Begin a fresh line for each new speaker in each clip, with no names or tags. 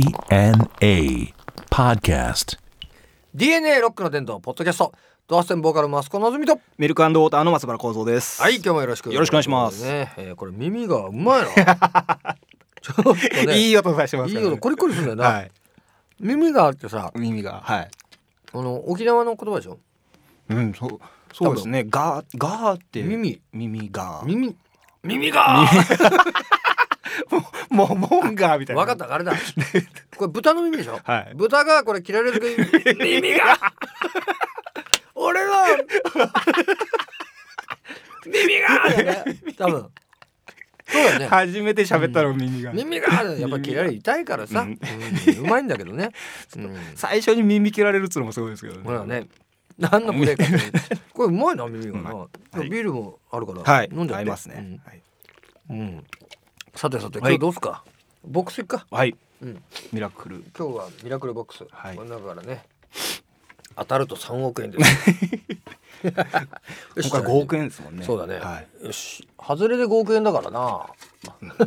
DNA Podcast.
DNA ロックの伝道ポッドキャストドアステンボーカルマスコのぞみと
ミルクウォーターの松原幸三です。
はい今日もよろしく
よろしくお願いします
ねえーこれ耳がう まいなちょっとね
いい音させてます
い
か
い
らね
よコリコリするんだよな、
はい。
耳があってさ
耳がはい。
この沖縄の言葉でしょ
うんそうそうですね。ガーガーって
耳
耳が
耳耳が
もうモンガーみたいな。
分かっ。たあれ だこれ豚の耳でしょ、
はい
豚がこれ切られる時 耳が 俺は耳がだよね多分そうだよね
初めて喋ったの耳が。
耳がやっぱり切られ痛いからさ、う
うんん
うまいんだけどね、 うん、
最初に耳切られるっつうのもすごいですけどね。
ほらね何のプレーかこれうまいな耳がな、
い
ビールもあるから、
はい。
飲んじゃって
合いますね。はい
うん、うんさてさて今
はい
日どうすか、ボックス行くか
はい。
うん
ミラクル。
今日はミラクルボックス、
はい
この中からね当たると3億円です よし
今回5億円ですもんね。
そうだね、
はい。
よし外れで5億円だからな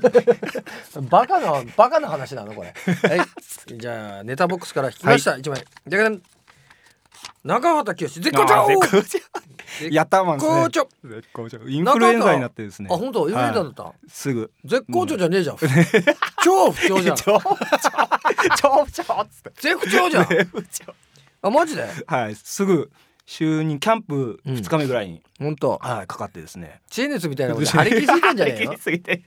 バカなバカな話なのこ れはいじゃあネタボックスから引きました、一1枚じゃじゃん中畑清絶好調
あー絶好調やったーマンですね。
絶好
調。絶好調。インフルエンザになってですね。
あ本当インフルエンザだ
は
った、
いすぐ。
絶好調じゃねえじゃん、 超不調じゃ ん
ちょちょちょっつって。
絶不調じゃ んあマジで
はい、すぐ就任キャンプ
うん
2日目ぐらいに、
本当
はいかかってですね。
知恵熱みたい なこと張り切りすぎてんじゃねえ
張
の
り切りすぎて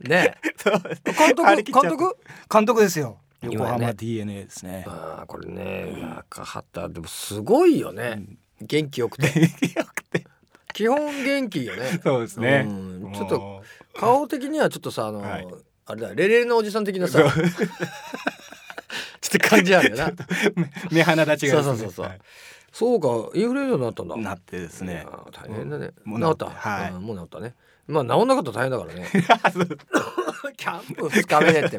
ねえ
そう
監督
張り切っちゃった
監督
監督ですよ。
今ね
横浜 DNA ですね。
あーこれね中畑でもすごいよね、元気よ くて
よくて
基本元気よね
そうですね
うん。ちょっと顔的にはちょっとさあの、
はい
あれだレレレのおじさん的なさちょ っと感じあるよな
目 目鼻立ちがです
そうそう
ね、
そうそう
はい
そうかインフルエンザになったんだ
なってです
い
ね
や。ー大変だね、
もう
治
治
っ
ったてはい
うんもう治ったねまあ治んなかったら大変だ からね キャンプ2日目でって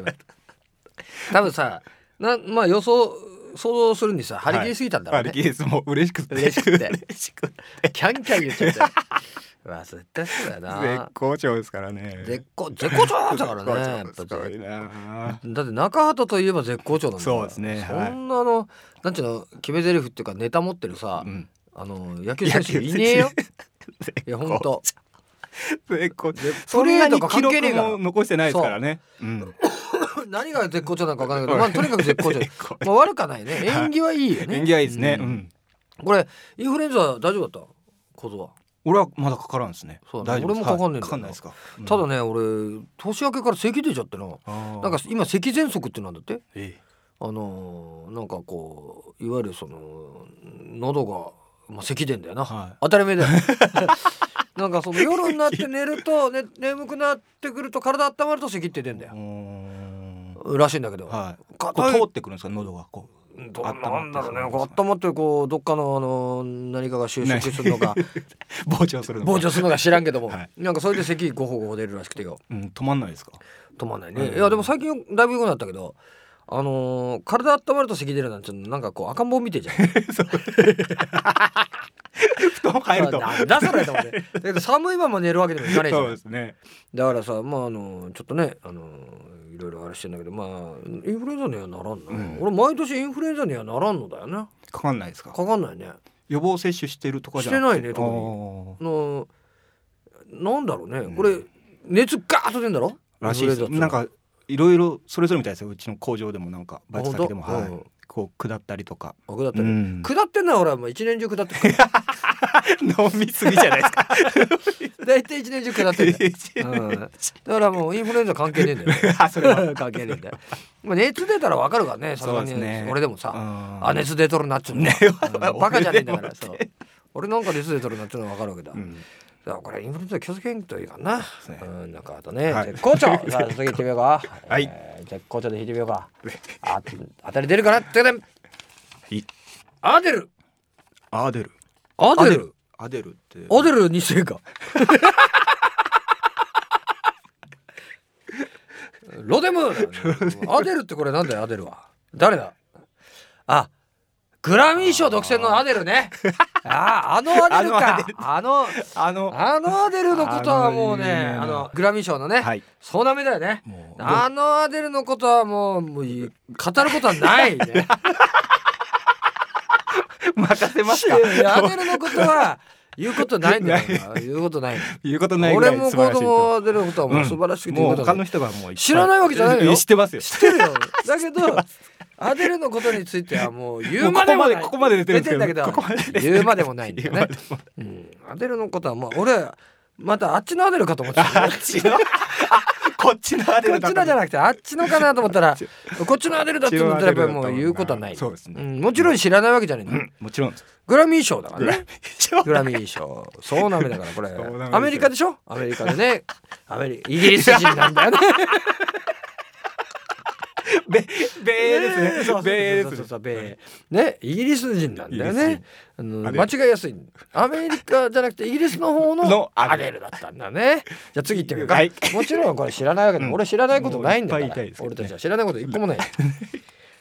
多分さなまあ予想想像するにさ張り切りすぎたんだろう
張
ね、
り切りですもう嬉しくて
嬉しくて
嬉しくて
キャンキャン言っちゃってうわ絶対そうだよ
絶
な
好調ですからね。
絶好絶好調だった からねやっ
絶好
ぱ
調ですからね
だって中畑といえば絶好調なんだから
そうですね
そ
はい
んなあの、なんていうの決め台詞っていうかネタ持ってるさ、
うん
あの野球選手いねえよいやほんと
絶好調。
プ
そ
レ
れ
ーとか
記
関係
録
ねえから
も残してないですからね。うん。
何が絶好調なのか分 からないけど、まあ、とにかく絶好調
絶好調
まあ、悪かないね縁起はいいよね
演技はいいですね。
う
うんん。
これインフルエンザ大丈夫だった小僧は、
俺はまだかからんですね。
そうだね
大丈夫です
俺もかかんねえんだよ
はいかかんないですか。うん
ただね俺年明けから咳出ちゃってな
あー
なんか今咳喘息ってなんだって
え
あのーなんかこういわゆるその喉が、まあ、咳出んだよな、
はい
当たり前だよ なんかその夜になって寝ると、ね、眠くなってくると体温まると咳って出んだ
えう
よ
ー、ん
らしいんだけど、
はい。こ
硬いう
通ってくるんですか喉がこう。
どう
温まって
なんだろうねこう温まってこうどっかのあの何かが収縮するのか
膨張するのか。
膨張するのか知らんけども、
はい
なんかそれで咳ごほごほ出るらしくてよ
うん止まんないですか。
止まんないね、いやでも最近だいぶ良くなったけどあのー体温まると咳出るなんてなんかこう赤ん坊見てえじゃん
布団入ると。
なんだそれと 思ってだけど寒いまま寝るわけにもいかないじゃ
そうんですね。
だからさまああのちょっとねあのいろいろあれしてんだけどまあインフルエンザにはならんな、
ん
俺毎年インフルエンザにはならんのだよね
かかんないですか。
かかんないね
予防接種してるとかじゃく
してないね特に
あ
あのなんだろうね、
ん
これ熱ガーッと出んだろ
ーらしいですよ。
インフルエンザって
なんかいろいろそれぞれみたいですよ。うちの工場でもなんかバイト先でも
あ本
は
当うん
い。こう下ったりとか。
あ下った
う
り、
ん
下ってんのは俺はもう一年中下ってるか
飲みすぎじ ゃ ないですか。
ら大体一年中下 ってんだよ、うん、だからもうインフルエンザ関係ねえんだよ
あそれは。
関係ねえんだよ、まあ、熱出たらわかるからねさすがに
そうですね
俺でもさ、
うん
あ熱出とるなっちゅうの、
ね
うんバカじゃねえんだから
俺
さ
でも
俺なんか熱出とるなっちゅうのは分かるわけだ、
うん
だからこれインフルエンザ気をつけんといいかんな
うですね
うんなんかあとね、
はい
絶好 調さあ次行ってみようか
はい
えー絶好調で引いてみようかあ当たり出るかなってね
い
アデル
アデル。
アデルアデル
アデルって
二世か ロデムーだアデルってこれなんだよアデルは誰だあグラミー賞独占のアデルねえああのアデルかあの
あの
あのアデルのことはもうね
あの有名な
あのグラミー賞のね、
はい
そうなめだよね
もう
あのアデルのことはもうもうい語ることはないね
任せますか
いやアデルのことは言うことないんだよ 言うことないんだよ
言うこと ないぐら
俺
い
も
素
子
晴らしい
供
と
アデルのことはもう素晴らしくて言
も
う
う
こと
他
は
の
ない
人がもういっぱい
知らないわけじゃないよ
や知ってますよ
知ってるよだけどアデルのことについてはもう言うまでもない
ここまでここまで出てるんですけ
出てん
ど
だけど
ここまで出てる
言うまでもないんだよ
言
ね
うまでも
うんアデルのことはもう俺またあっちのアデルかと思ってた
あっちのあこっちのアデ
こっ
ル
ちのじゃなくてあっちのかなと思 ったらこっちのアデルだって思ったらやっぱりもう言うことはない
そうですね
んもちろん知らないわけじゃないんだよ
もちろんです
グラミー賞だからねグ
グラ
ラミー賞そうなめだからこれ
そうなめですよ
アメリカでしょアメリカでねアメリイギリス人なんだよ ね
ベ米です
そ
ね
うそうそうそう
米で
そう
す
そ
ね
う米ねイギリス人なんだよねあの
アデル
間違いやすいアメリカじゃなくてイギリスの方の
の
ア
ア
デ
デ
ルだったんだねじゃあ次行ってみようか、
はい
もちろんこれ知らないわけで、
うん
俺知らないことないんだから
もういっぱい言いたいですけ
俺
どね
たちは知らないこと一個もない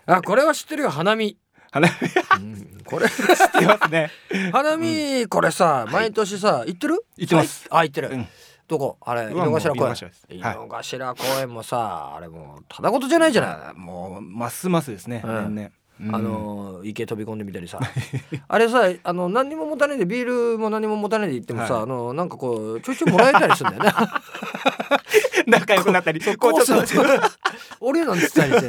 あこれは知ってるよ花見、
花火して
うんこれ
ますね
花見これさ毎年さ行ってる
行ってます
あ行ってる、
うん
どこあれ井
うわ
の頭
もう
公園
井の頭です
井
はい
の頭公園もさあれもうただ事じゃないじゃない
もうますますですね
うん
年々
あの池飛び込んでみたりさ あれさあの何にも持たないでビールも何も持たないで行ってもさ、
はい
あのなんかこうちょいちょいもらえたりするんだよね
仲良くなったり こ うちょっとち
そ
ょ
う
っ
そう俺なんつったり して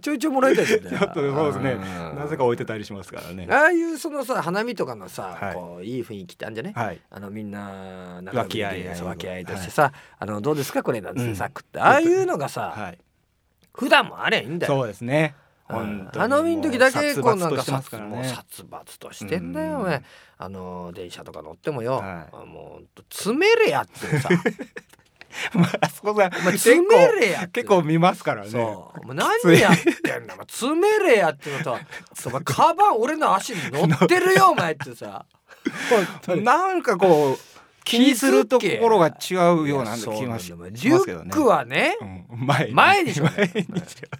ちょいちょいもらえたりするんだよ
とそうですね
ん
なぜか置いてたりしますからね
ああいうそのさ花見とかのさ、
はい
い、こういい雰囲気ってあるんじゃね、
はい
あのみんな仲
和気あいあい
良くそう和気あいとしてさ、あのどうですかこれなんつってさ、食ってああいうのがさ、
はい
普段もあれゃいいんだよ
そうですね
うん
本当
あの海の時だけこう
な
なんん
か
か
してますから
もう
ね
殺伐としてんだよ、
うん
お前あの電車とか乗ってもよ、
はい
あもうほんと詰めれやって さ
ま あそこ
お
が
前
結
詰め
構
れやって
結構見ますからね
そうお前何やってんだお前詰めれやっての とお前カバン俺の足に乗ってるよお前ってさ本当に
なんか こう気にするところが違うような
そう
気が
ん
し
だよお前
し
リュ
ますけど
ッ
ね
クはね
うん前に
前にしろ
前にしろ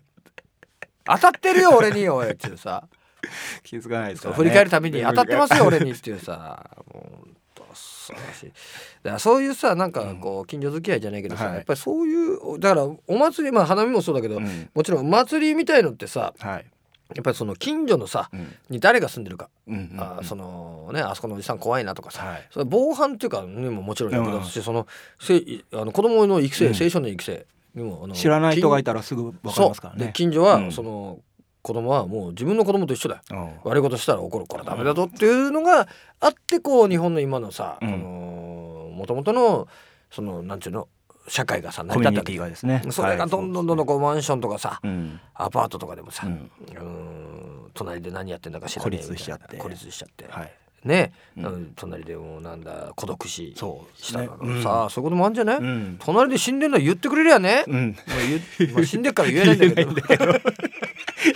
当たってるよ俺においっていう さ
気づかないですからね
振り返るために当たってますよ俺にっていうさもうほんと素晴らしいだからそういうさなんかこう近所付き合いじゃないけどさ、
はい
やっぱりそういうだからお祭りまあ花見もそうだけど、
うん
もちろんお祭りみたいのってさ
はい
やっぱりその近所のさ
うん
に誰が住んでるか、
うんうん
あーそのねあそこのおじさん怖いなとかさ、
はい
それ防犯っていうかにももちろん役立つし、
う
そのせいあの子供の育成、
うん
青少年育成にもあの
知らない人がい
た
たらすぐわかりますから
そう
ね
で近所は、
うん
その子供はもう自分の子供と一緒だよ
うん
悪いことしたら怒るこれダメだぞっていうのがあってこう日本の今のさ、
うん
このもともとのそのなんていうの社会がさ成
コ
り
ミ
立
ュ
った
ニティ
わ
がですね
けそれがどんどんどんどんこうマンションとかさ、
うん
アパートとかでもさ、
う
うんーん隣で何やってんだか知らないみたいな
孤立しちゃって
孤立しちゃって、
はい
ね、
うん
あの隣でもうなんだ孤独死
そう
しただろう
ねうん
さあ、そういうこともあるんじゃない、
うん
隣で死んでるのは言ってくれりゃね、
うん
もう言うまあ死んでっから言えないんだ けど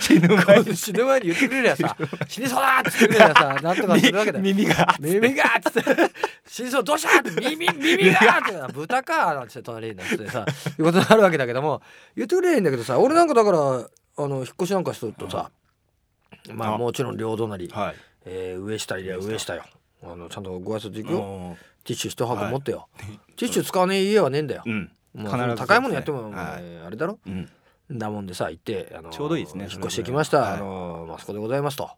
死ぬ前 に
死ぬ前に言ってくれりゃ さ死にそうだって言ってくれりゃさなんとかするわけだよ
耳が
耳がっつって「心臓どうした?」って「耳耳が!」 って「豚か!」なんつって隣になんつってさいうことになるわけだけども言ってくれりゃいいんだけどさ俺なんかだからあの引っ越しなんかするとさ、まあ
あ
もちろん両隣、
はい
えー上下いりゃ上下よあのちゃんとご挨拶行くよ、
も
ティッシュ一箱持ってよ、ティッシュ使わねえ家はねえんだよ、
ううん
もう
必ず
高いものやっても、お前
はい
あれだろ
うん
だもんでさ行ってあの
ちょうどいいですね
引
そ
っ
れ
越してきました、
はい
あのまあそこでございますと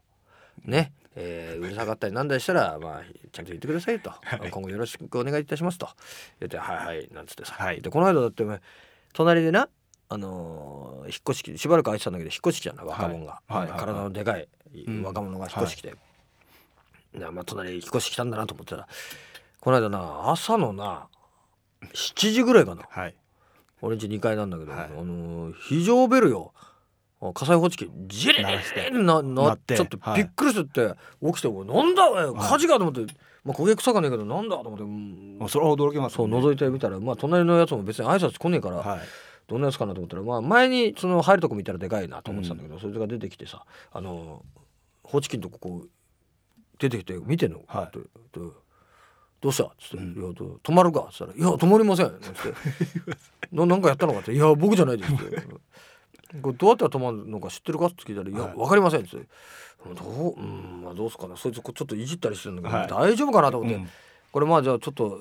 ね、えー、うるさかったりなんだりしたらまあちゃんと言ってください と、今後よろしくお願いいたしますと言ってはいはいなんつってさ、
はい
でこの間だってお前隣でなあのー引っ越してきてしばらく空いてたんだけど引っ越してきたんだ若者が、
はいはいはい
体のでかい
ん
若者が引っ越してきて、なまあ隣に引っ越してきたんだなと思ってたらこの間な朝のな7時ぐらいかな
はい
俺んち2階なんだけど、
はい
あのー非常ベルよあ火災報知器ジリリリリリなな
鳴
っ
って
ちゃって
はい
びっくりしてって起きて「おいなんだおい火事か」と思って、まあ、焦げ臭かねえけどなんだと思ってうん
もうそれは驚きます
そう覗いてみたら、まあ、隣のやつも別に挨拶来ねえから、
はい
どんなやつかなと思ったら、まあ、前にその入るとこ見たらでかいなと思ってたんだけど、そいつが出てきてさあのーホチキンとここう出てきて見てんの、
はい
ってでどうした?」っつって「いやど止まるか?」っつ ったら「いや止まりません」っつって「ななんかやったのか?」って「いや僕じゃないです」ってこれどうやったら止まるのか知ってるかって聞いたら「いや
はい
分かりません」っつって「どううんまあどうすかなそいつこうちょっといじったりしてるんだけど、大丈夫かな?」と思って、
うん
これまあじゃあちょっと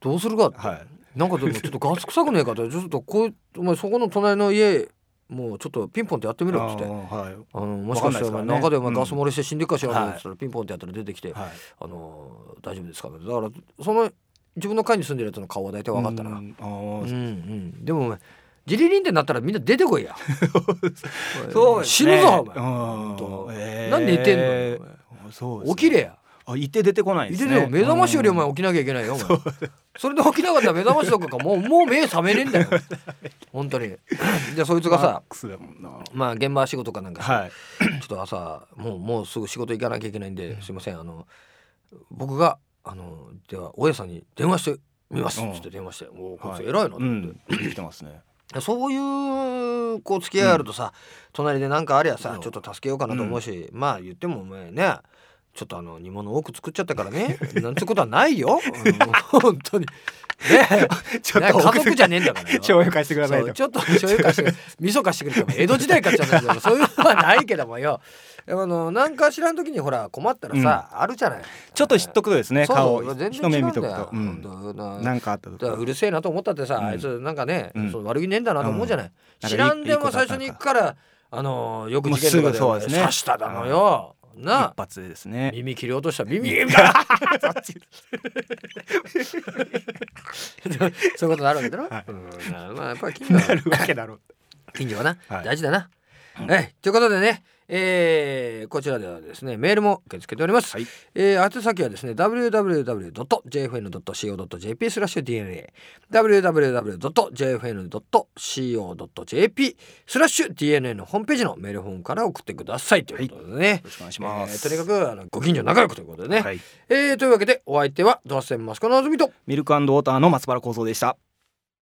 どうするかって、
はい
なんかでもちょっとガス臭くねえか とちょっとこうお前そこの隣の家もうちょっとピンポンってやってみろっつって。
あーはい
あのもしかしたら
わかんないですからね
中でお前ガス漏れして死んでっかしらと思っ
は
て
い
たらピンポンってやったら出てきて「
はい
あの大丈夫ですか?」だからその自分の階に住んでるやつの顔は大体分かったな
う。んあ
うんう
ー
ん、でもお前ジリリンってなったらみんな出てこいや
そうです
死
ね
ぬぞお前、
うん
本当
えー
なんで寝てんのよ
そう
お
です
前起き
ね
れや
あいて出てこないで
い
す
て
ね
てよ目覚ましよりお前
うん
起きなきゃいけないよお前それで起きなかったら目覚ましとかかもうもう目覚めねえんだよ本当にじゃあそいつが
マ
さ
ックスだもんな
まあ現場仕事かなんかして
はい
ちょっと朝もうもうすぐ仕事行かなきゃいけないんで、すいませんあの僕があのでは大家さんに電話してみます
うん
っつって電話して、おおこいつ
はい
偉いなと思って、
うん来てますね
そういうこう付き合いあるとさ、隣で何かありゃさ
うん
ちょっと助けようかなと思うし、まあ言ってもお前ねちょっとあの煮物多く作っちゃったからねなんてことはない よ、うん、本当にね
ちょ
ね
っと
家族じゃねえんだからよ
醤油貸してください
そう
と
ちょっと醤油貸して味噌貸してくれても江戸時代買っちゃうんだけ どそういうのはないけどもよでもあの何か知らん時にほら困ったらさ、あるじゃない
ちょっと知っとくとですね
そう
顔
そう全然違
一目
うん
見と
だ
く
よ
と、うん
本当な
なんかあった
だからう
と
るせえなと思ったってさ、
うん
あいつなんかね、
うん
その悪気ねえんだなと思うじゃない、
うん
知らんでも最初に行くからあのーよく事件とかで
もうすぐそうですね
刺しただのよ、な
一
あ
発でですね
耳切り落とした耳みたいな そういうことになるわけだろ、
はい
うんまあやっぱり近所
な
は
るわけだろう
近所はな、
はい
大事だな、はいということでねえーこちらではですねメールも受け付けております、
はい
えー宛先はですね www.jfn.co.jp スラッシュ DNA www.jfn.co.jp スラッシュ DNA のホームページのメールフォームから送ってくださいということでね
よ、ろしくお願いし
え
ます
ーとにかくあのご近所仲良くということでね、
はい
えーというわけでお相手はドアセンマスコのあずみと
ミルクウォーターの松原幸三でした